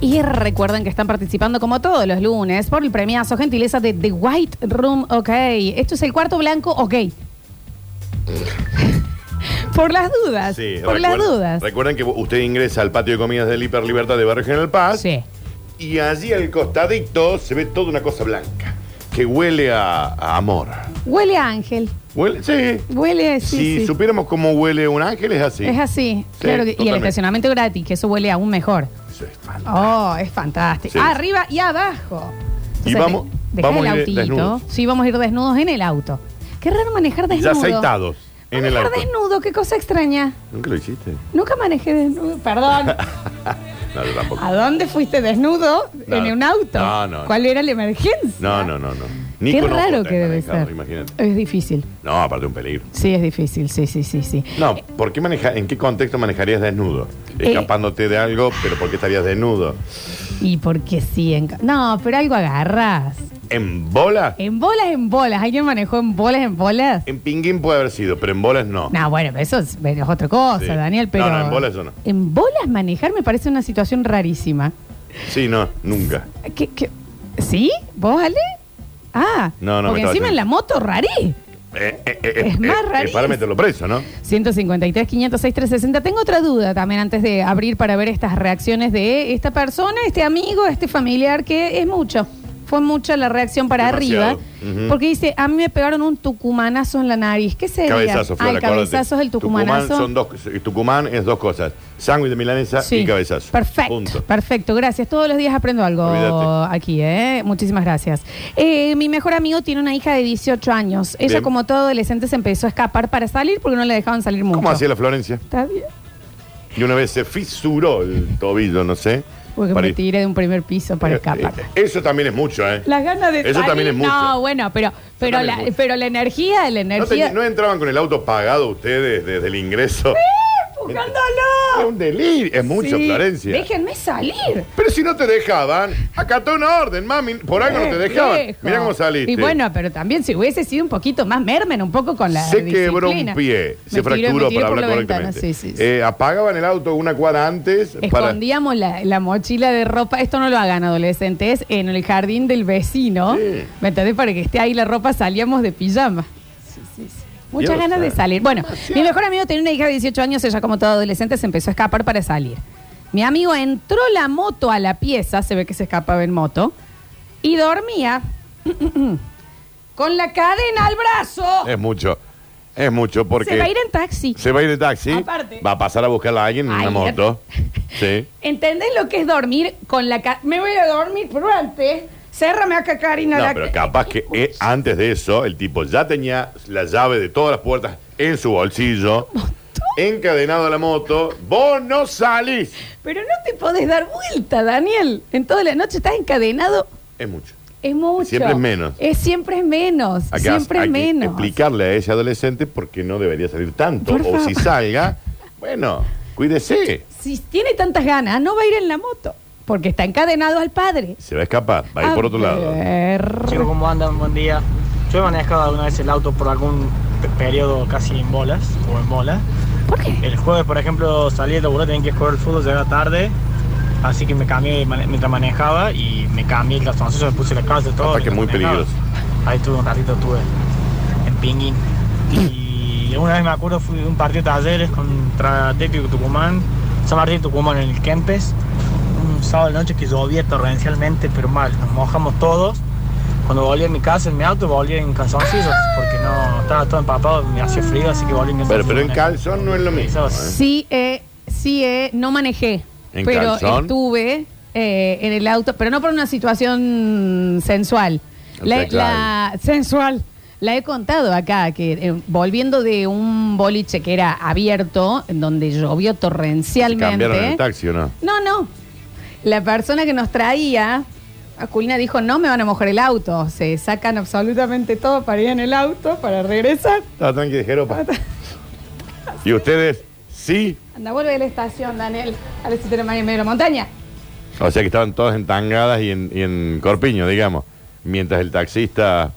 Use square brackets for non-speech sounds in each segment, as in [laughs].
Y recuerden que están participando como todos los lunes por el premiazo gentileza de The White Room OK. Esto es el cuarto blanco OK. [laughs] por las dudas. Sí, por las recuerden- dudas. Recuerden que usted ingresa al patio de comidas del Hiper Libertad de Barrio General Paz. Sí. Y allí al costadito se ve toda una cosa blanca que huele a, a amor. Huele a ángel. Huele, sí. Huele, sí. si sí. supiéramos cómo huele un ángel, es así. Es así. claro que- y el totalmente. estacionamiento gratis, que eso huele aún mejor. Eso es fantástico. Oh, es fantástico. Sí. Arriba y abajo. Y vamos- de- vamos dejá a ir el autito. desnudos. Sí, vamos a ir desnudos en el auto. Qué raro manejar ya desnudo. aceitados en el manejar auto. desnudo, qué cosa extraña. Nunca lo hiciste. [laughs] Nunca manejé desnudo. Perdón. No, yo tampoco. ¿A dónde fuiste desnudo? No. En un auto. No, no, ¿Cuál era la emergencia? No, no, no, no. Ni Qué conozco raro tres que debe manejados, ser. Imagínate. Es difícil. No, aparte un peligro. Sí, es difícil. Sí, sí, sí, sí. No, ¿por qué maneja, ¿en qué contexto manejarías desnudo? Eh. Escapándote de algo, pero ¿por qué estarías desnudo? Y porque sí. en ca- No, pero algo agarras. ¿En bola? En bolas, en bolas. ¿Alguien manejó en bolas, en bolas? En pinguín puede haber sido, pero en bolas Eh, no. No, bueno, pero eso es, bueno, es otra cosa, Sí. Daniel, pero... No, no, en bolas yo no. En bolas manejar me parece una situación rarísima. Sí, no, nunca. ¿Qué, qué? sí ¿Vos, Ale? Ah, No, no, me porque estaba encima en haciendo- la moto, rarí. Eh, eh, eh, Es eh, más eh, rarísimo. para meterlo preso, ¿no? 153, 506, 360. Tengo otra duda también antes de abrir para ver estas reacciones de esta persona, este amigo, este familiar, que es mucho. Fue mucha la reacción para Demasiado. arriba. Ujú. Porque dice, a mí me pegaron un tucumanazo en la nariz. ¿Qué sería? Cabezazo, Flor, Ah, el acuérdate. cabezazo es el tucumanazo. Tucumán, son dos, Tucumán es dos cosas. Sándwich de milanesa Sí. y cabezazo. Perfecto, Punto. perfecto. Gracias. Todos los días aprendo algo Olvídate. aquí, ¿eh? Muchísimas gracias. Eh, mi mejor amigo tiene una hija de 18 años. Ella, Bien. como todo adolescente, se empezó a escapar para salir porque no le dejaban salir mucho. ¿Cómo hacía la Florencia? Está bien. Y una vez se fisuró el tobillo, no sé. Porque para me ir- tiré de un primer piso para escapar. Eh, eh, Eso también es mucho, ¿eh? Las ganas de Eso salir, también es mucho. No, bueno, pero, pero, también la, es mucho. pero la energía, la ¿No, energía. teni- no entraban con el auto pagado ustedes desde el [laughs] ingreso? Es ¡Empujándolo! un delirio. Es mucho, Sí. Florencia. Déjenme salir. Pero si no te dejaban, acató una orden, mami. Por algo no te Eh, dejaban. viejo. Mirá cómo saliste. Y bueno, pero también si hubiese sido un poquito más mermen, un poco con la. se quebró disciplina. un pie, se Me tiré- fracturó me tiré para por hablar la ventana, correctamente. sí, sí, sí. Eh, apagaban el auto una cuadra antes para. Escondíamos la, la mochila de ropa, esto no lo hagan adolescentes, en el jardín del vecino. Sí. ¿Me entendés? Para que esté ahí la ropa, salíamos de pijama. Sí, sí, sí. Muchas Dios ganas de santo. salir. Bueno, Demasiado. mi mejor amigo tenía una hija de 18 años, ella como toda adolescente se empezó a escapar para salir. Mi amigo entró la moto a la pieza, se ve que se escapaba en moto, y dormía [clears throat] con la cadena al brazo. Es mucho. Es mucho porque. Se va a ir en taxi. se va a ir de taxi. Aparte. Va a pasar a buscarla a alguien en Ay, una moto. Sí. [laughs] ¿Entendés lo que es dormir con la ca- Me voy a dormir, pero antes. Cérrame acá, Karina. No, la- pero capaz que eh, antes de eso, el tipo ya tenía la llave de todas las puertas en su bolsillo, encadenado a la moto. ¡Vos no salís! Pero no te podés dar vuelta, Daniel. En toda la noche estás encadenado. Es mucho. Es mucho. Siempre es menos. Es siempre es menos. Hay que- siempre hay es que menos. explicarle a ese adolescente por qué no debería salir tanto. Por o favor. si salga, bueno, cuídese. Si tiene tantas ganas, no va a ir en la moto. Porque está encadenado al padre. Se va a escapar, va a ir por otro lado. Chicos, lado. ¿cómo andan? Buen día. Yo he manejado alguna vez el auto por algún pe- periodo casi en bolas o en bola. ¿Por qué? El jueves, por ejemplo, salí de laburar, tenía que jugar al fútbol, llegaba tarde. Así que me cambié mane- mientras manejaba y me cambié el calzoncillo, me puse la calza y todo. Capaz que es muy mientras manejaba. Ahí tuve un ratito, tuve en Pinguín. Y una vez me acuerdo, fui de un partido de talleres contra Atlético Tucumán, San Martín Tucumán en el Kempes. Un sábado de noche que llovía torrencialmente, pero mal, nos mojamos todos. Cuando volví a mi casa, en mi auto, volví en calzoncillos, porque no estaba todo empapado, me hacía frío, así que volví en Pero, calzoncillos. pero en calzón no es lo mismo. ¿eh? Sí, eh, sí, eh, no manejé. ¿En pero calzón? estuve eh, en el auto, pero no por una situación sensual. La, Está claro. la- sensual. La he contado acá, que eh, volviendo de un boliche que era abierto, en donde llovió torrencialmente. ¿Cambiaron el taxi o no? No, no. La persona que nos traía, Aculina dijo, no me van a mojar el auto. Se sacan absolutamente todo para ir en el auto, para regresar. Está tranquilo, Jeropa. ¿Y ustedes? Sí. Anda, vuelve de la estación, Daniel. A ver si tenemos ahí en medio de la montaña. O sea que estaban todos entangadas y en, y en corpiño, digamos. Mientras el taxista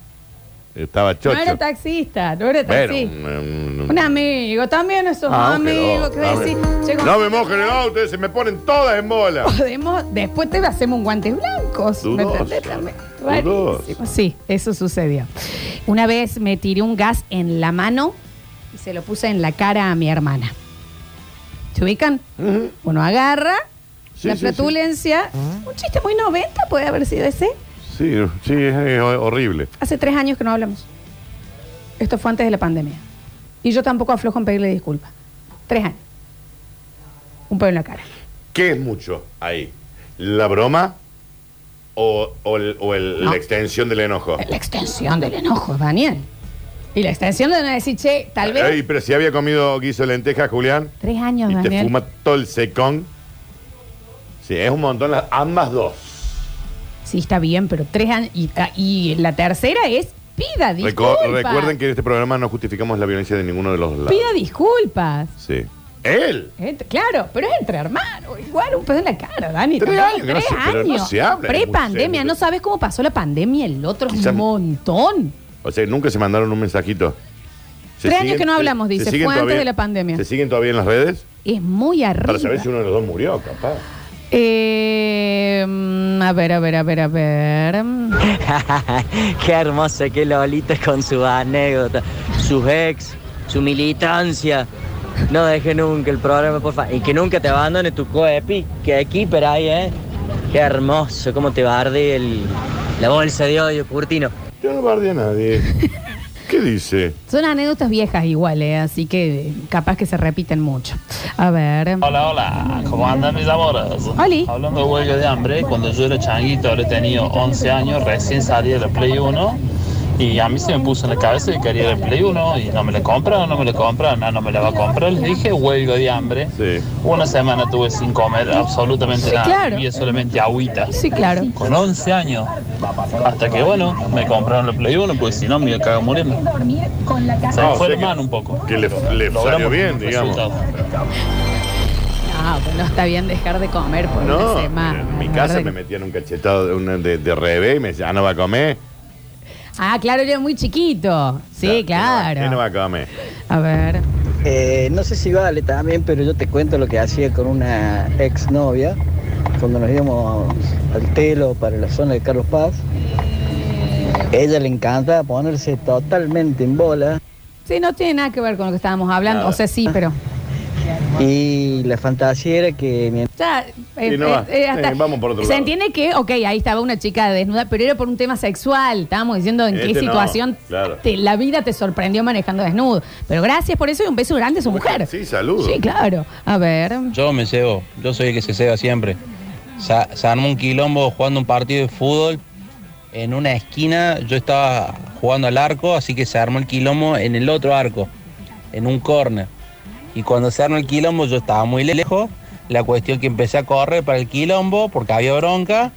Estaba chocho. No era taxista, no era Bueno, mm, taxista. un- un- Un amigo, también esos Ah, un amigos quedó, que a ver. decís, che, No me mojen el auto, se me ponen todas en [laughs] bola. podemos, después te hacemos un guantes blancos. ¿Me Dudoso, entendés también? dudoso. Rarísimo. Sí, eso sucedió. Una vez me tiré un gas en la mano y se lo puse en la cara a mi hermana. ¿Se ubican? Ujú. Uno agarra, Sí, la sí, flatulencia. Un chiste muy 90 puede haber sido ese. Sí, sí, es eh, horrible. Hace tres años que no hablamos. Esto fue antes de la pandemia. Y yo tampoco aflojo en pedirle disculpas. Tres años. Un pelo en la cara. ¿Qué es mucho ahí? ¿La broma o, o el- o el- No. la extensión del enojo? La extensión del enojo, Daniel. Y la extensión de no decir, che, tal vez. Ey, pero si había comido guiso de lenteja, Julián, Tres años, y te Daniel. fuma todo el secón. Sí, es un montón, las, ambas dos. Sí, está bien, pero tres años. Y, ah, y la tercera es, pida disculpas. Reco- recuerden que en este programa no justificamos la violencia de ninguno de los lados. Pida disculpas. Sí. Él. Entre- claro, pero es entre hermanos. Igual un pedo en la cara, Dani. Tres también, años que no tres se- pero no años. se habla, es muy Pre-pandemia. serio. No sabes cómo pasó la pandemia el otro es Quizá- un montón. O sea, nunca se mandaron un mensajito. Se Tres años que no hablamos, se- dice, se siguen fue antes de la pandemia. ¿Se siguen todavía en las redes? Es muy arriba. Para saber si uno de los dos murió, capaz. Eh, mm, a ver, a ver, a ver, a ver. [laughs] Qué hermoso que Lolita con sus anécdotas, sus ex, su militancia. No deje nunca el programa, por favor. Y que nunca te abandone tu coepi, que equiper ahí, ¿eh? Qué hermoso, cómo te barde el, la bolsa de odio, Curtino. Yo no bardeé a nadie. ¿Qué dice? Son anécdotas viejas igual, eh, así que eh, capaz que se repiten mucho. A ver. Hola, hola, ¿cómo andan mis amores? Oli. Hablando de huelga de hambre, cuando yo era changuito, ahora he tenido 11 años, recién salí de la Play 1 y a mí se me puso en la cabeza que quería la Play 1 y no me la compraron, no me la compraron, no, no me la va a comprar. Les dije huelga de hambre. Sí. Una semana tuve sin comer absolutamente Sí, nada, claro. y solamente agüita. Sí, claro. Con 11 años, hasta que bueno, me compraron la Play 1, pues si no me iba a cagar muriendo. Se me Ah, o fue sea la que- mano un poco. que le- le Logramos salió bien, un digamos. resultado. No, pues no está bien dejar de comer por No, una semana. mira, en mi la casa verdad me que- metían un cachetado de, una de, de revés y me decían, ah, no va a comer. Ah, claro, era muy chiquito. Sí, ¿Qué no va claro. a comer? A ver. Eh, no sé si vale también, pero yo te cuento lo que hacía con una exnovia cuando nos íbamos al telo para la zona de Carlos Paz. Ella le encanta ponerse totalmente en bola Sí, no tiene nada que ver con lo que estábamos hablando. Nada. O sea, sí, pero. y la fantasía era que mi Ya, eh, Sí, no eh, va. eh, hasta- Eh, vamos por otro Se lado. entiende que, ok, ahí estaba una chica desnuda, pero era por un tema sexual. Estábamos diciendo en qué Este no, situación claro. te- la vida te sorprendió manejando desnudo. Pero gracias por eso y un beso grande a su mujer. Sí, saludo. Sí, claro. A ver. Yo me cebo, yo soy el que se ceba siempre. Sa- se armó un quilombo jugando un partido de fútbol en una esquina. Yo estaba jugando al arco, así que se armó el quilombo en el otro arco, en un corner. Y cuando se armó el quilombo, yo estaba muy lejos. La cuestión que empecé a correr para el quilombo porque había bronca.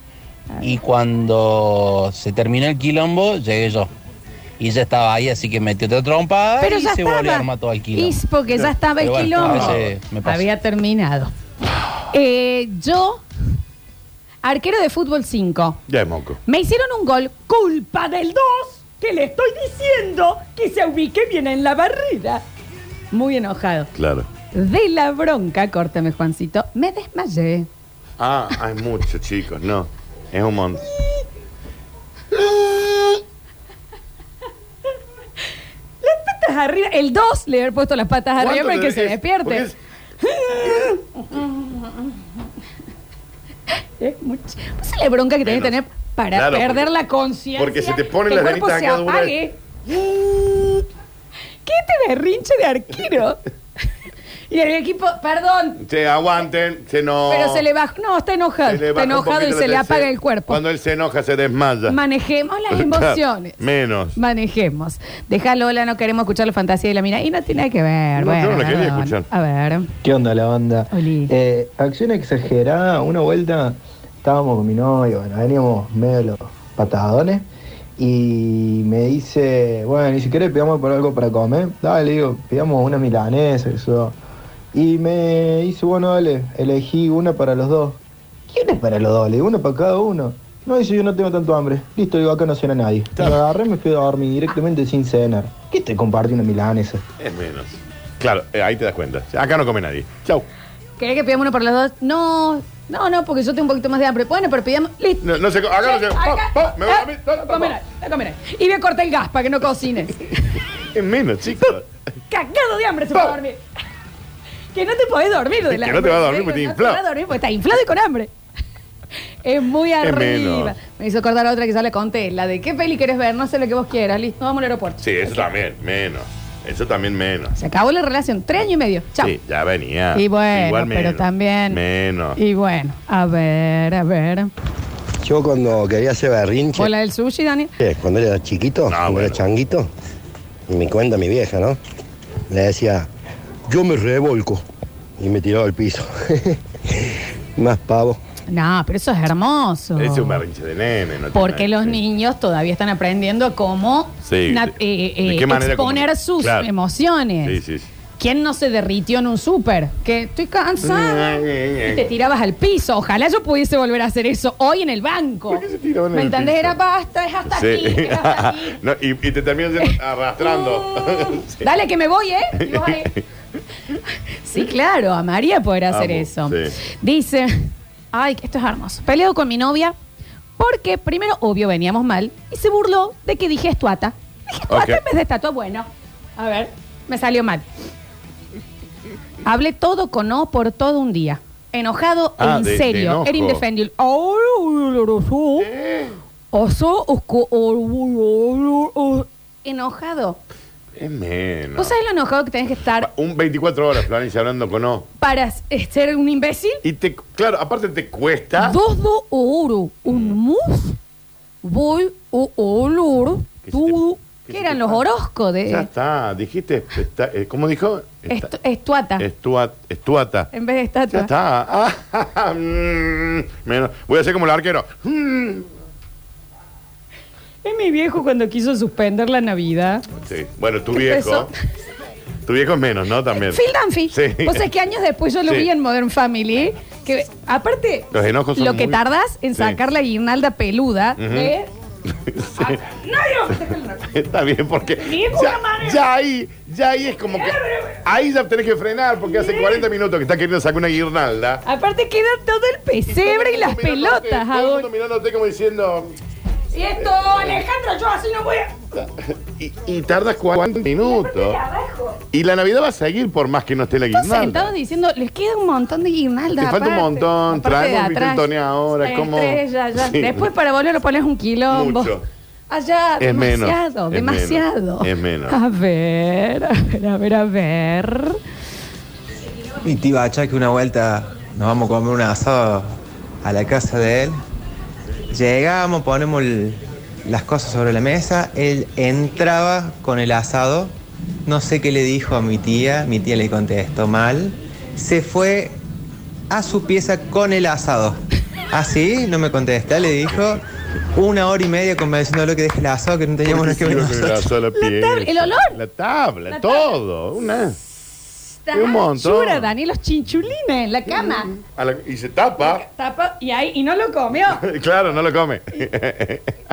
Y cuando se terminó el quilombo, llegué yo. Y ya estaba ahí, así que metió otra trompada Pero y ya se estaba. volvió a armar todo el quilombo. Y s- porque ya estaba el Pero bueno, quilombo. a veces me pasa. Había terminado. Eh, yo, arquero de fútbol 5. Ya es moco. Me hicieron un gol culpa del 2 que le estoy diciendo que se ubique bien en la barrida. Muy enojado. Claro. De la bronca, córtame Juancito, me desmayé. Ah, hay muchos chicos, no. Es un montón. Patas arriba, el 2 le haber puesto las patas arriba para ¿Cuánto que te- se es- porque despierte. es- Es mucho. ¿Vos sabés la bronca que tenés que tener Menos. para Claro, perder porque- la conciencia? porque se te ponen que el las cuerpo venitas se acá de una apague. ¿Qué te berrinche [laughs] de arquero? y el equipo, perdón, Se aguanten, se no. Pero se le bajó. No, está enojado. se le está baja un enojado y poquito se la le tensión. apaga el cuerpo. Cuando él se enoja, se desmaya. [laughs] Manejemos las emociones. Menos. Manejemos. Deja Lola, no queremos escuchar la fantasía de la mina. Y no tiene nada que ver. No, bueno, yo no la quería perdón. escuchar. A ver. ¿Qué onda la banda? Oli. Eh, acción exagerada, una vuelta estábamos con mi novio, bueno, veníamos medio los patadones y me dice, bueno, y si querés pidamos por algo para comer, dale, le digo, pidamos una milanesa, eso. Y me dice, bueno, dale, elegí una para los dos. ¿Quién es para los dos? Le digo, una para cada uno. No, dice, yo no tengo tanto hambre. Listo, digo, acá no cena nadie. Me Claro. agarré y me fui a dormir directamente sin cenar. ¿Qué te comparte una milanesa? Es menos. Claro, eh, ahí te das cuenta. Acá no come nadie. Chau. ¿Querés que pidamos uno por las dos? No, no, no, porque yo tengo un poquito más de hambre. Bueno, pero pidamos. Listo. No, no se co- acá no se. pa, Acá- pa, me voy a mí. ta, ta, Ah, ta, pa. comer ahí, ah, comer ahí. Y voy a cortar el gas para que no cocines. [laughs] Es menos, chicos. Cagado de hambre se puede Pa. dormir. Que no te podés dormir de Que la no te vas a dormir hambre. porque te No inflado. vas a dormir porque estás inflado y con hambre. [laughs] Es muy arriba. menos. Me hizo acordar otra que ya le conté. La de qué peli querés ver, no sé lo que vos quieras. Listo, vamos al aeropuerto. Sí, eso también, menos. Eso también menos. Se acabó la relación. Tres años y medio. Chao. Sí, ya venía. Y bueno, Igual pero menos. también. Menos. Y bueno, a ver, a ver. Yo cuando quería hacer berrinche, Hola del sushi, Dani. eh, cuando era chiquito, No, cuando bueno. era changuito, me cuenta mi vieja, ¿no? Le decía, yo me revolco. Y me tiraba al piso. [laughs] Más pavo. No, pero eso es hermoso. Ese es un berrinche de nene. no tiene Porque nada los que- niños todavía están aprendiendo cómo Sí, na- de- eh, eh, de qué manera exponer comunicar. sus Claro. emociones. Sí, sí, sí. ¿Quién no se derritió en un súper? Que estoy cansada. y te tirabas al piso. Ojalá yo pudiese volver a hacer eso hoy en el banco. ¿Por qué se tiraban en ¿Me el entendés? piso? Era basta, es hasta Sí. aquí, es hasta aquí. [laughs] No, y, y te terminas yendo- [laughs] arrastrando. Mm, [laughs] Sí. Dale que me voy, ¿eh? Y vos ahí. Sí, claro, amaría poder hacer Amo, eso. sí. Dice, ay, que esto es hermoso. Peleado con mi novia porque primero, obvio, veníamos mal y se burló de que dije estuata. Dije estuata Ok. en vez de estatua. Bueno, a ver, me salió mal. Hablé todo con O por todo un día. Enojado Ah, en de- de serio. enojo. Era indefendible. Oso, osco, enojado. [laughs] Es menos. ¿Vos sabés lo enojado que tenés que estar Pa- Un 24 horas, Florencia, hablando con O. para eh, ser un imbécil? Y te, claro, aparte te cuesta. Todo oro, un Mm. mus, voy o olor, ¿Qué se tú. te- qué ¿Qué se eran te los pasa? horoscos Ya de está, dijiste, está- eh, ¿cómo dijo? Eh, estu- ah. Em, estuata Estuata. Estuata. en vez de Ya estatua? está. Ah, [laughs] mm, menos. Voy a hacer como el arquero. Mm. Es mi viejo cuando quiso suspender la Navidad. Sí. Bueno, tu ¿Qué viejo. peso? Tu viejo es menos, ¿no? También. Phil Dunphy. Sí. Vos sabés que años después yo lo Sí. vi en Modern Family. Que aparte, Los enojos son lo que muy- tardas en Sí. sacar la guirnalda peluda ¿eh? Ujú. de- [laughs] Sí. ¡No, Dios! Saca el enojo. Está bien, porque Ninguna ya, manera. ya ahí, ya ahí es como que ahí ya tenés que frenar porque hace 40 minutos que está queriendo sacar una guirnalda. Aparte queda todo el pesebre y, las Todo el mundo mirándote, pelotas, Todo el Agón. mundo mirándote como diciendo. Y esto, Alejandro, yo así no voy a. Y, y tardas 40 minutos. Y la Navidad va a seguir por más que no esté la Todos sentados guirnalda. diciendo, les queda un montón de guirnaldas. Te falta un aparte. montón, Aparte traemos de un atrás. Vicentone ahora, Tres, ¿cómo? tres, ya, ya. Sí. Después para volver a pones un quilombo. Mucho. Allá, Es menos, demasiado, es demasiado. menos, es menos. A ver, a ver, a ver, a ver. Mi tío Bacha que una vuelta nos vamos a comer un asado a la casa de él. Llegamos, ponemos el- las cosas sobre la mesa, él entraba con el asado, no sé qué le dijo a mi tía, mi tía le contestó mal, se fue a su pieza con el asado. Así, no me contesta, le dijo una hora y media convenciéndolo que deje el asado, que no teníamos nada que ver Porque se iba nosotros. con la sola pieza. tabla, el olor. La tabla, La tabla. todo. Una. Es un montón. Chura, Dani, los chinchulines en la cama. a la- y se tapa. [laughs] Tapa, y ahí, y no lo comió. claro, no lo come. [laughs]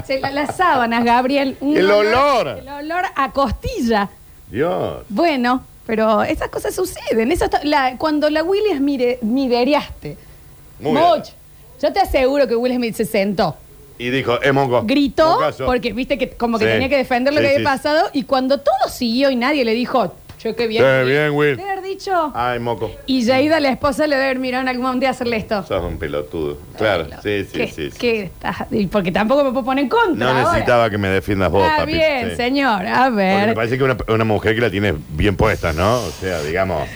Se la- las sábanas, Gabriel. Un El olor. El olor a costilla. Dios. Bueno, pero esas cosas suceden. Eso está- la- cuando la Willy mire, midereaste. Muy Mucho. Yo te aseguro que Will Smith se sentó, Y dijo, "Eh, es mongo. gritó, Mongazo. porque viste que como que Sí. tenía que defender lo Sí, que sí. había pasado, y cuando todo siguió y nadie le dijo, yo qué bien. Qué Will". bien, Will. De haber dicho. Ay, moco. Y Jaida, la esposa, le debe haber mirado en algún momento y hacerle esto. Sos un pelotudo. Claro, sí, sí, ¿Qué- sí. sí. qué estás? Y Porque tampoco me puedo poner en contra. No ahora. necesitaba que me defiendas vos, Está papi. bien, Sí. señor. A Porque me ver. parece que una, una mujer que la tiene bien puesta, ¿no? O sea, digamos,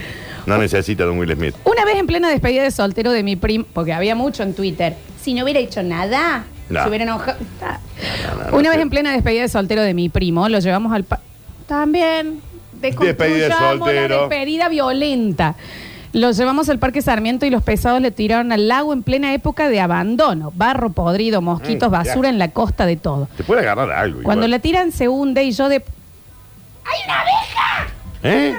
no necesita de un Will Smith. Una vez en plena despedida de soltero de mi primo, porque había mucho en Twitter, si no hubiera hecho nada, No. se hubiera enojado. Ta- No, no, no, Una vez sí. en plena despedida de soltero de mi primo, lo llevamos al... pa- También, Despedida de desconstruyamos la soltero. despedida violenta. Lo llevamos al Parque Sarmiento y los pesados le tiraron al lago en plena época de abandono. Barro podrido, mosquitos, Mm, ya. basura en la costa de todo. Te puede agarrar algo. igual. Cuando la tiran se hunde y yo de... ¿Eh?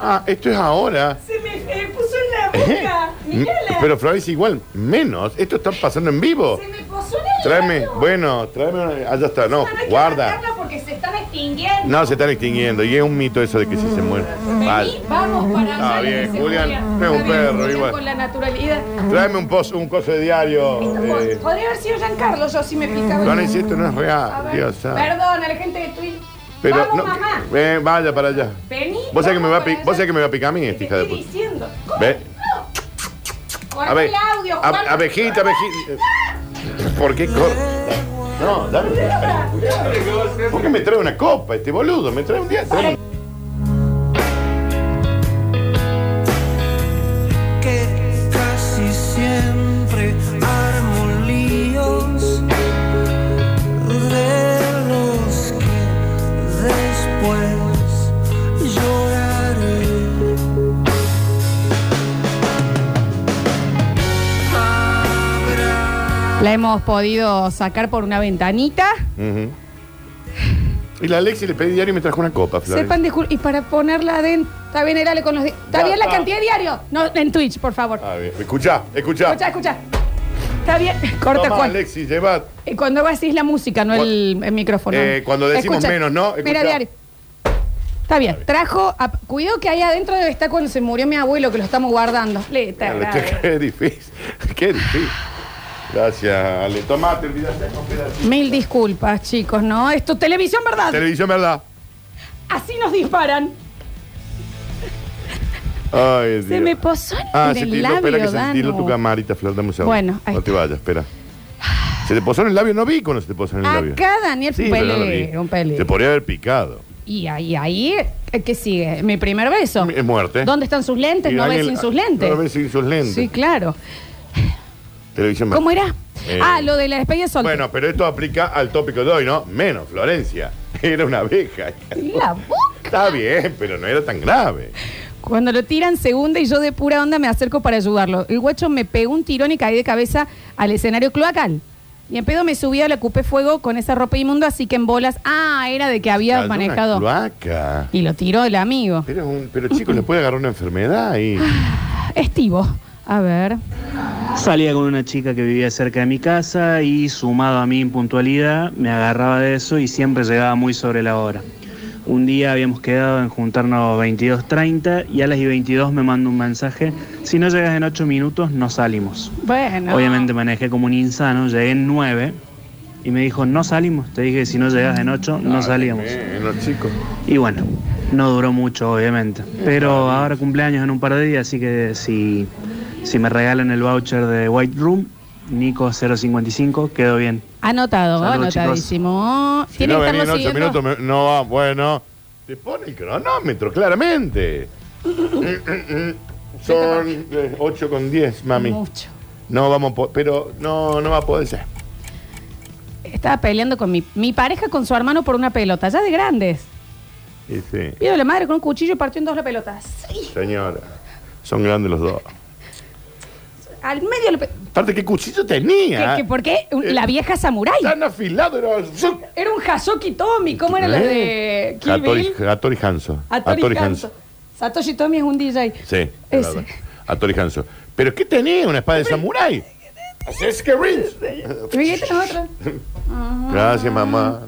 Ah, esto es ahora. Se me puso en Mm, ¿Eh? M- Pero Flores, igual, menos. Esto está pasando en vivo. Se me puso Tráeme, bueno, tráeme una- Allá está, no, Hay que guarda. matarla porque se están extinguiendo. No, se están extinguiendo y es un mito eso de que si se muere. Vení, Vale. vamos para allá. Ah, le bien, dice Julián, no es un Está bien, perro, Julián, igual. Con la naturalidad. Tráeme un, pos, un coso de diario. eh. Podría haber sido Giancarlo, yo sí me picaba. No, no, si esto no es A real, ver, Dios santo. Perdón a la gente de Twitch. Pero vamos, no, mamá. eh, vaya para allá. Vení. Vos sabés que me va a vamos para picar, vos allá. sabés que me va a picar a mí, Te esta hija de estoy puta. diciendo. ¿Cómo? Ve. Corta A ver, el audio, a- Juan. abejita, abejita. ¿Por qué corta? No, dame. ¿Por qué me trae una copa este boludo? Me trae un día. trae- que casi siempre armo líos de los que después lloraré. La hemos podido sacar por una ventanita. Ujú. Y la Alexi le pedí diario y me trajo una copa, Flores. Sepan disculpar. Y para ponerla adentro. Está bien, dale con los. di- Está Ya bien la está. cantidad de diario. No, en Twitch, por favor. A ver, escuchá, escuchá. Escucha, escucha. Está bien. Corta, Tomá, Juan. Alexi, lleva. Eh, Cuando vos decís la música, no el, el micrófono. Eh, cuando decimos menos, ¿no? Escucha. Mira, diario. Está bien. Trajo. a- cuidado que ahí adentro debe estar cuando se murió mi abuelo, que lo estamos guardando. Le, está grave. [laughs] Qué difícil. Qué difícil. Gracias, Ale. Tomate, olvídate. no, espérate. Mil disculpas, chicos, ¿no? Esto, televisión, ¿verdad? Televisión, ¿verdad? Así nos disparan. Ay, Dios. Se me posó en Ah, se el te hiló, labio, espera que se te Danu. hiló tu camarita, Flor, dame un segundo. Bueno, ahí No te vayas, espera. Se te posó en el labio, no vi cuando se te posó en el labio. Acá Daniel Sí, pero no lo vi. Pele, un pele. Te podría haber picado. Y ahí, ahí, eh, ¿qué sigue? Mi primer beso. Es muerte. ¿Dónde están sus lentes? Y No ves eh, Daniel- ah, sin sus lentes. No ves sin sus lentes. Sí, claro. Televisión ¿Cómo era? Eh, ah, lo de la despedida soltera. Bueno, pero esto aplica al tópico de hoy, ¿no? Menos, Florencia. [laughs] Era una abeja. La boca. Está bien, pero no era tan grave. Cuando lo tiran se hunde y yo de pura onda me acerco para ayudarlo. El guacho me pegó un tirón y caí de cabeza al escenario cloacal. Y en pedo me subí a la cupé fuego con esa ropa inmunda, así que en bolas. Ah, era de que había Cayó una manejado. cloaca. Y lo tiró el amigo. Pero, es un- pero chicos, le puede agarrar una enfermedad ahí. Ah. Estivo. A ver. Salía con una chica que vivía cerca de mi casa y sumado a mi impuntualidad me agarraba de eso y siempre llegaba muy sobre la hora. Un día habíamos quedado en juntarnos 22.30 y a las y 22 me manda un mensaje, si no llegas en 8 minutos no salimos. Bueno. Obviamente manejé como un insano, llegué en 9 y me dijo, no salimos, te dije, si no llegas en 8 no salíamos. Menos, chicos. Y bueno, no duró mucho, obviamente. Pero ahora cumpleaños en un par de días, así que si, si me regalan el voucher de White Room, Nico 055, quedó bien. Anotado, Saludos, anotadísimo. Si Tiene no que venía en estarlo ocho siguiendo. minutos, me- no va, bueno. Te pone el cronómetro, [coughs] claramente. Son 8 con 10, mami. Mucho. No vamos a po- pero no, no va a poder ser. Estaba peleando con mi, mi pareja con su hermano por una pelota, ya de grandes. Y sí, Vino la madre con un cuchillo y partió en dos la pelota. Sí, señora. Son grandes los dos. al medio la pe- Aparte, ¿qué cuchillo tenía? ¿Qué- qué- ¿Por qué? Un- Eh, La vieja samurái. Tan afilado. Era... Eh, Era un Hasoki Tomi. ¿Cómo era la de Kill Hattori, Bill? Hattori Hanzo. Hattori Hanzo. Satoshi Tomi es un DJ. Sí, es Ese. verdad. Hattori Hanzo. ¿Pero qué tenía? ¿Una espada de samurái? Haces que rins. Miguelito es otro. Gracias, mamá.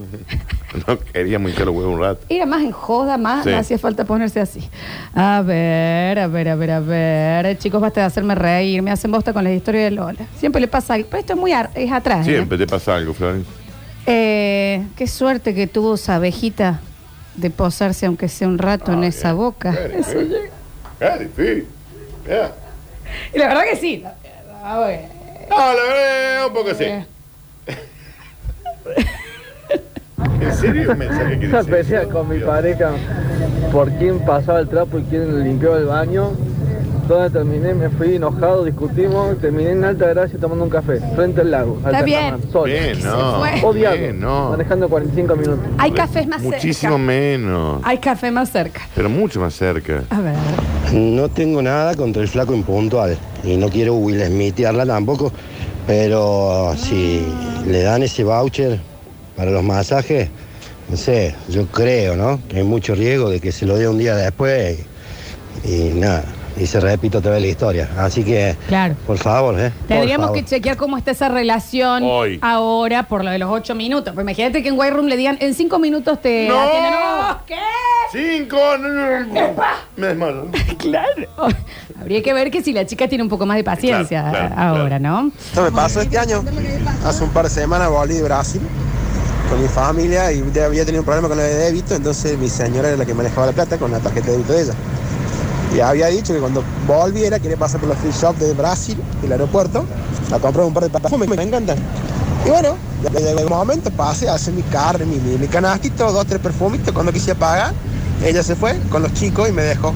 No quería muy que lo huevo un rato. Era más en joda, más Sí. no hacía falta ponerse así. A ver, a ver, a ver, a ver. Chicos, basta de hacerme reír. Me hacen bosta con las historias de Lola. Siempre le pasa algo. Pero esto es muy ar- es atrás. ¿eh? Siempre te pasa algo, Florencia. Eh, qué suerte que tuvo esa abejita de posarse, aunque sea un rato, Ah, en esa boca. Eso llega. ¿Eh? Es difícil. Ya. Y la eh, verdad que sí. A ver. No, lo veo un poco así. Eh. ¿En serio un mensaje [laughs] que Una dice? pelea eso? con mi Dios. pareja por quién pasaba el trapo y quién limpiaba el baño. Donde terminé, me fui enojado, discutimos, terminé en Alta Gracia tomando un café, frente al lago. Está bien. Altamar, Sol. Bien, no. fue. Odiado. Bien, no. Manejando 45 minutos. Hay cafés más Muchísimo cerca. menos. Hay café más cerca. Pero mucho más cerca. A ver. No tengo nada contra el flaco impuntual y no quiero Will Smithearla tampoco, pero si le dan ese voucher para los masajes, no sé, yo creo, ¿no? Que hay mucho riesgo de que se lo dé un día después y, y nada, y se repite otra vez la historia. Así que, Claro. por favor, ¿eh? Por Tendríamos favor. que chequear cómo está esa relación Hoy. ahora por lo de los ocho minutos. Pues imagínate que en White Room le digan, en cinco minutos te ¡No! atienden". ¿Qué? Cinco. Me [laughs] desmayo. Claro. Oh, Habría que ver que si la chica tiene un poco más de paciencia Claro, claro, ahora, ¿no? Esto me pasó este año. Hace un par de semanas volví de Brasil con mi familia y ya había tenido un problema con la de débito, entonces mi señora era la que manejaba la plata con la tarjeta de débito de ella. Y había dicho que cuando volviera quería pasar por los free shop de Brasil, del aeropuerto, a comprar un par de perfumes, me encantan. Y bueno, ya llegó el momento, pasé, hace mi carne, mi, mi, mi canastito, dos, tres perfumitos, cuando quise pagar, ella se fue con los chicos y me dejó.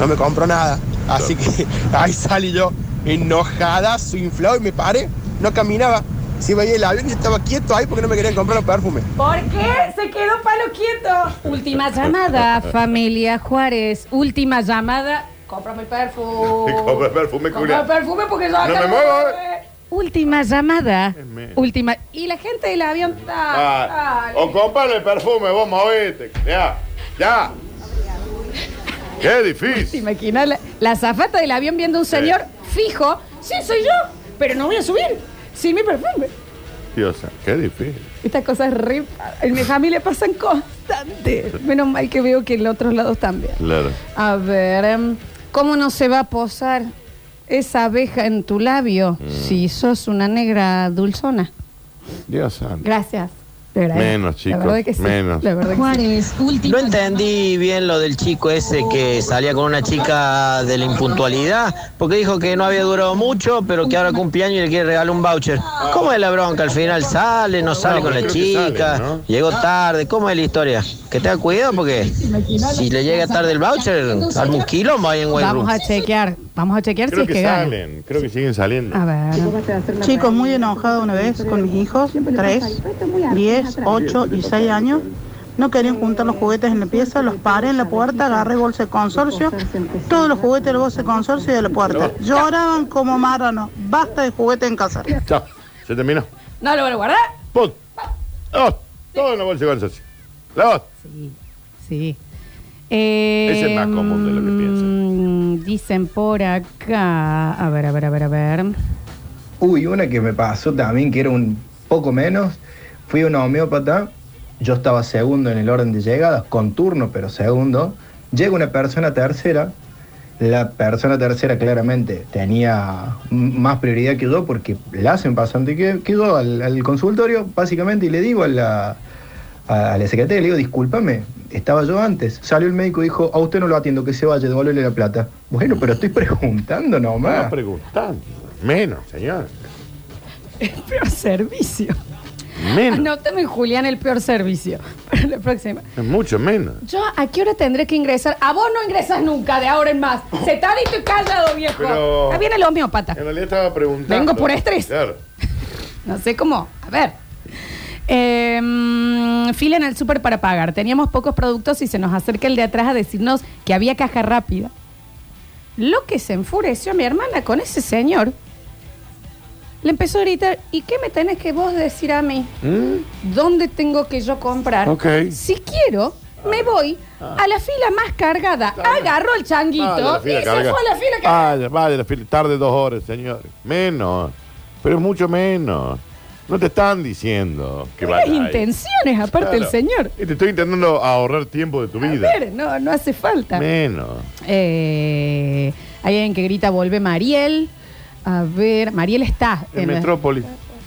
No me compró nada. Así que [laughs] ahí salí yo, enojada, su inflado y me paré, no caminaba. Si veía el avión y estaba quieto ahí porque no me querían comprar los perfumes. ¿Por qué se quedó palo quieto? Última llamada, familia Juárez. Última llamada. Cómprame el perfume. [laughs] Compra perfume, Comprame culia. el perfume porque yo acá No me no- muevo, Última llamada. Amén. Última. Y la gente del avión. Ah, Ah, o compra el perfume, vos movete. Ya, ya. Qué difícil. Imagina la, la zafata del avión viendo a un señor fijo. Sí, soy yo, pero no voy a subir. Sin mi perfume. Dios, qué difícil. Estas cosas re- en mi familia pasan constantes. Menos mal que veo que en los otros lados también. Claro. A ver, em, ¿cómo no se va a posar esa abeja en tu labio Mm. si sos una negra dulzona? Dios santo. Gracias. De verdad. Menos, La chicos, verdad que sí. menos. La verdad que sí. No entendí bien lo del chico ese que salía con una chica de la impuntualidad, porque dijo que no había durado mucho, pero que ahora cumple años y le quiere regalar un voucher. ¿Cómo es la bronca? Al final sale, no sale No, con la creo que chica, sale, ¿no? llegó tarde, ¿cómo es la historia? Que tenga cuidado porque si le llega tarde el voucher, arma un quilombo ahí en Vamos Guayrú. a chequear. Vamos a chequear Creo si es Ah, que que gana. salen, creo que siguen saliendo. A ver. Chicos, muy enojado una vez con mis hijos, 3, 10, 8 y 6 años. No querían juntar los juguetes en la pieza, los paré en la puerta, agarré bolsa de consorcio, todos los juguetes del bolsa de consorcio y de la puerta. Lloraban como marranos, basta de juguete en casa. Chao. Se terminó. No lo van a guardar. Put. Dos. Todo en la bolsa de consorcio. La dos. Sí. Eh, Ese es más común de lo que mm, Dicen por acá. A ver, a ver, a ver, a ver. Uy, una que me pasó también, que era un poco menos. Fui a un homeópata, yo estaba segundo en el orden de llegadas, con turno, pero segundo. Llega una persona tercera, la persona tercera claramente tenía m- más prioridad que yo porque la hacen pasante que, que yo al, al consultorio, básicamente, y le digo a la, a, a la secretaria, le digo, discúlpame, estaba yo antes. Salió el médico y dijo, a usted no lo atiendo, que se vaya, devuélvele la plata. Bueno, pero estoy preguntando nomás. Estaba preguntando. Menos, señor. El peor servicio. Menos. Anótame, Julián, el peor servicio. Para la próxima. Es mucho menos. Yo, ¿a qué hora tendré que ingresar? A vos no ingresas nunca, de ahora en más. Sentadito y callado, viejo. Pero- Eh. Ahí viene el homeópata. En realidad estaba preguntando. Vengo por estrés. Claro. No sé cómo. A ver. Eh, mm, fila en el súper para pagar. Teníamos pocos productos y se nos acerca el de atrás a decirnos que había caja rápida. Lo que se enfureció mi hermana con ese señor. Le empezó a gritar, ¿y qué me tenés que vos decir a mí? ¿Dónde tengo que yo comprar? Ok. Si quiero, me voy a la fila más cargada. Agarró el changuito Vaya Ah, la y fila se cargada. Ah, fue a la fila cargada. Vaya, vaya la fila. Tarde dos horas, señor. Menos. Pero es mucho menos. No te están diciendo que Las vayas ahí. intenciones, aparte Claro. el señor. Y te estoy intentando ahorrar tiempo de tu A vida. ver, no, no hace falta. Menos. Eh, hay alguien que grita, vuelve Mariel. A ver, Mariel está. En en la- Metrópolis.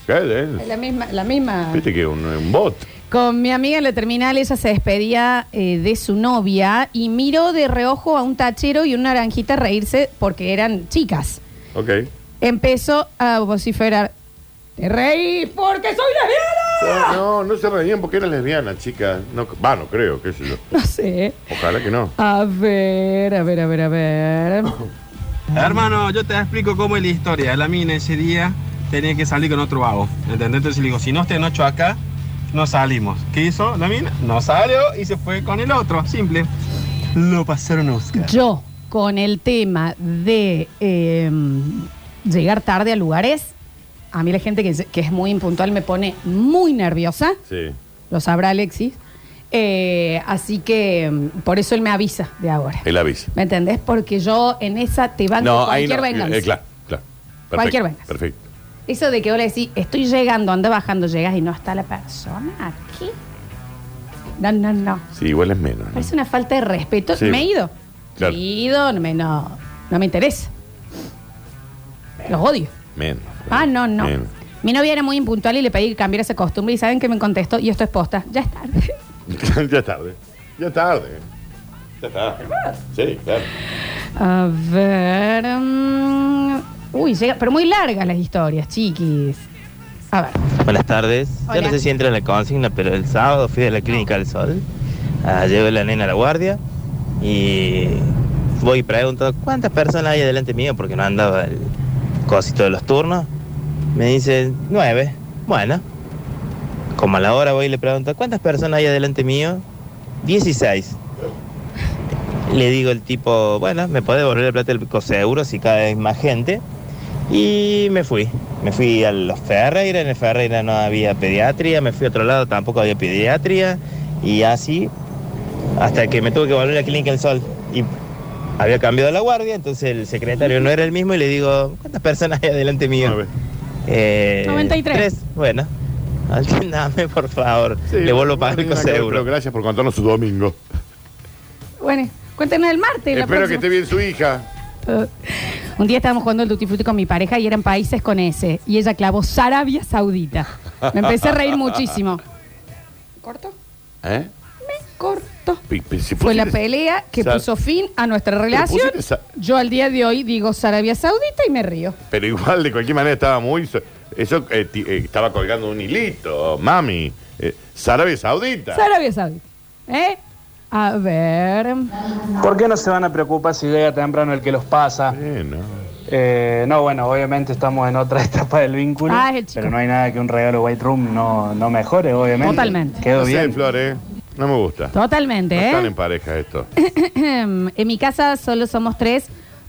¿Qué es? La misma, la misma. Viste que es un, un bot. Con mi amiga en la terminal, ella se despedía eh, de su novia y miró de reojo a un tachero y una naranjita a reírse porque eran chicas. Ok. Empezó a vociferar. ¡Te reí porque soy lesbiana! No, no se reían porque era lesbiana, chica. No, va, no creo, qué sé yo. No sé. Ojalá que no. A ver, a ver, a ver, a [laughs] ver. Hermano, yo te explico cómo es la historia. La mina ese día tenía que salir con otro vago. ¿Entendés? Entonces le digo, si no estén ocho acá, no salimos. ¿Qué hizo la mina? No salió y se fue con el otro. Simple. Lo pasaron a buscar. Yo, con el tema de eh, llegar tarde a lugares, a mí la gente que, que es muy impuntual me pone muy nerviosa, Sí. lo sabrá Alexis. Eh, así que mm, por eso él me avisa de ahora. El aviso. ¿Me entendés? Porque yo en esa te banco No, ahí cualquier no. venganza. Eh, claro, claro. Perfecto, Cualquier venganza. Perfecto. Eso de que vos le decís, estoy llegando, anda bajando, llegas y no está la persona aquí. No, no, no. Sí, igual es menos. ¿no? Parece una falta de respeto. Sí. Me he ido. Claro. Me he ido, no me, no, no me interesa. Los odio. Menos. Ah, no, no. Menos. [laughs] Mi novia era muy impuntual y le pedí que cambiara esa costumbre y saben que me contestó y esto es posta. Ya es tarde. [laughs] ya es tarde. Ya es tarde. Ya está. Sí, claro. A ver. mm, uy, llega, pero muy largas las historias, chiquis. A ver. Buenas tardes. Yo Hola. no sé si entra en la consigna, pero el sábado fui a la clínica del sol. Ah, llevé la nena a la guardia y voy y pregunto cuántas personas hay delante mío porque no andaba el cosito de los turnos. Me dicen nueve. Bueno, como a la hora voy y le pregunto cuántas personas hay delante mío. 16. Le digo el tipo, bueno, me puede devolver la plata del seguro si cada vez más gente. Y me fui. Me fui a los Ferreira, en el Ferreira no había pediatría, me fui a otro lado, tampoco había pediatría. Y así, hasta que me tuve que volver a la Clínica del Sol. Y había cambiado la guardia, entonces el secretario no era el mismo y le digo, ¿cuántas personas hay adelante mío? Eh, 93. tres. Bueno, alguien dame, por favor. le vuelvo a pagar el Pero seguro. gracias por contarnos su domingo. Bueno, cuéntenos el martes. la Espero que próxima. esté bien su hija. Eh, Un día estábamos jugando el Tutti Frutti con mi pareja y eran países con S. Y ella clavó Arabia Saudita. Me empecé a reír muchísimo. ¿Corto? ¿Eh? Corto. Pi- pi- si Fue la pusiste- pelea que Sa- puso fin a nuestra relación. pusiste sa- Yo al día de hoy digo Arabia Saudita y me río. Pero igual, de cualquier manera, estaba muy. so- Eso eh, ti- eh, estaba colgando un hilito, mami. Eh, Sarabia Saudita. Arabia Saudita. ¿Eh? A ver. ¿Por qué no se van a preocupar si llega temprano el que los pasa? Eh, no, bueno, obviamente estamos en otra [laughs] etapa del vínculo. Ah, es el chico. Pero no hay nada que un regalo White Room no, no mejore, obviamente. Totalmente. Quedó No sé, bien. Flor, ¿eh? No me gusta. Totalmente, No ¿eh? están en pareja esto. [laughs] en mi casa solo somos tres,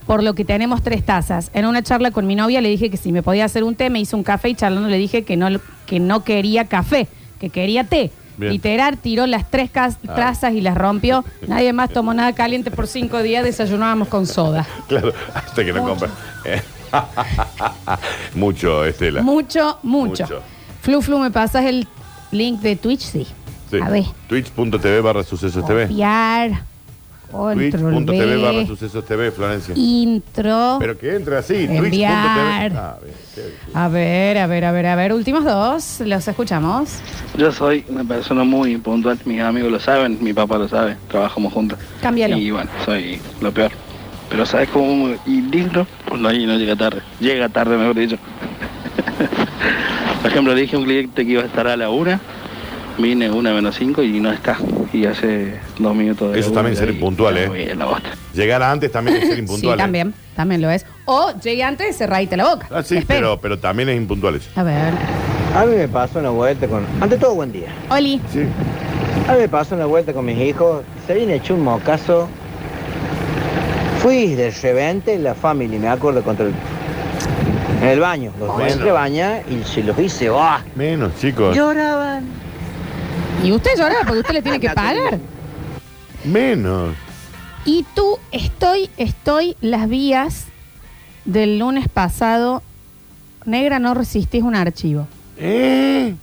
por lo que tenemos tres tazas. En una charla con mi novia le dije que si me podía hacer un té, me hizo un café y charlando le dije que no, que no quería café, que quería té. Bien. Literal, tiró las tres cas- Ah. tazas y las rompió. Nadie más tomó nada caliente por cinco días, desayunábamos con soda. Claro, hasta que no Mucho. compren. Eh, [laughs] mucho, Estela. Mucho, mucho. Mucho. Flu, flu, ¿me pasas el link de Twitch? Sí. Sí. A ver. Twitch.tv barra sucesos TV. Copiar. Control Twitch.tv barra B. sucesos TV, Florencia. Intro. Pero que entre así, twitch.tv. Enviar. Ah, bien, qué- A ver, a ver, a ver, a ver. Últimos dos, los escuchamos. Yo soy una persona muy impuntual, mis amigos lo saben, mi papá lo sabe, trabajamos juntos. Cámbialo. Y bueno, soy lo peor. Pero ¿sabes cómo indigno? Cuando ahí Pues no llega tarde. Llega tarde, mejor dicho. [laughs] Por ejemplo, le dije a un cliente que iba a estar a la una, vine una menos cinco y no está. Y hace dos minutos de Eso la también es una ser y- impuntual, ¿eh? Llegar antes también es ser impuntual. [laughs] Sí, ¿eh? también, también lo es. O llegué antes, cerradita la boca. Ah, sí, Espera. pero, pero también es impuntual eso. A ver. A mí me pasó una vuelta con... Ante todo, buen día. Oli. A mí Ah, me pasó una vuelta con mis hijos. Se habían hecho un mocazo. Fui de revente la familia, me acuerdo, contra el... En el baño. Los Bueno. entré a bañar y se los hice. ¡ah! Menos, chicos. Lloraban. Y usted lloraba porque usted [laughs] le tiene que pagar. Menos. Y tú, estoy, estoy, las vías del lunes pasado. Negra, no resistís un archivo. ¿Eh?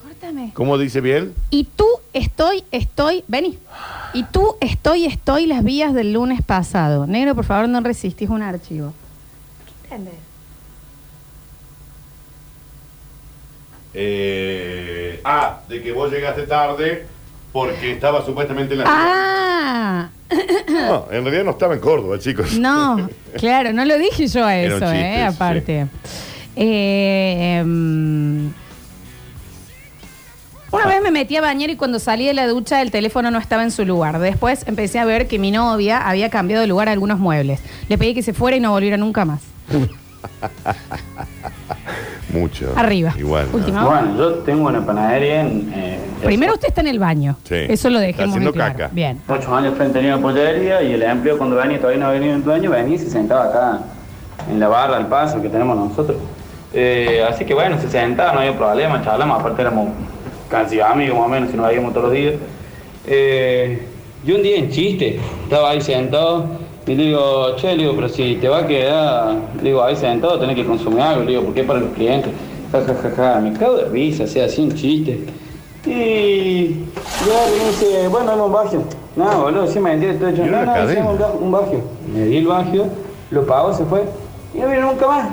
Córtame. ¿Cómo dice bien? Y tú, estoy, estoy, vení. Y tú, estoy, estoy, las vías del lunes pasado. Negro, por favor, no resistís un archivo. Eh, ah, de que vos llegaste tarde porque estaba supuestamente en la... Ah, No, en realidad no estaba en Córdoba, chicos. No, claro, no lo dije yo a Era eso, un chiste, eh, sí. aparte. Eh, em, una vez me metí a bañar y cuando salí de la ducha el teléfono no estaba en su lugar. Después empecé a ver que mi novia había cambiado de lugar a algunos muebles. Le pedí que se fuera y no volviera nunca más. [laughs] Mucho. Arriba. Igual. ¿no? Última. Bueno, yo tengo una panadería en... eh, Primero usted está en el baño. Sí. Eso lo dejemos Está haciendo en claro. caca. Bien. Ocho años frente a una pollería y el empleo cuando venía, todavía no ha venido el dueño, venía y se sentaba acá en la barra, al paso que tenemos nosotros. Eh, así que bueno, se sentaba, no había problema, charlamos, aparte éramos casi amigos más o menos, si nos veíamos todos los días. Eh, y un día en chiste, estaba ahí sentado y le digo, che, le digo, pero si te va a quedar, le digo, ahí sentado tenés que consumir algo, le digo, ¿por qué para los clientes? Ja, ja, ja, ja, me cago de risa, sea así un chiste. Y ya me dice, bueno, dame un bajio. No, boludo, sí me entiendes, estoy hecho. Y No, una no, cadena. hacemos un, ba- un bajio. Me di el bajio, lo pagó, se fue. Y no vino nunca más.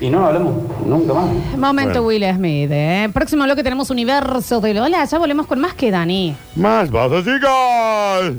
Y no hablamos nunca más. Momento Will Smith, ¿eh? Próximo bloque tenemos Universo de Lola. Ya volvemos con más que Dani. Más vas a chicos.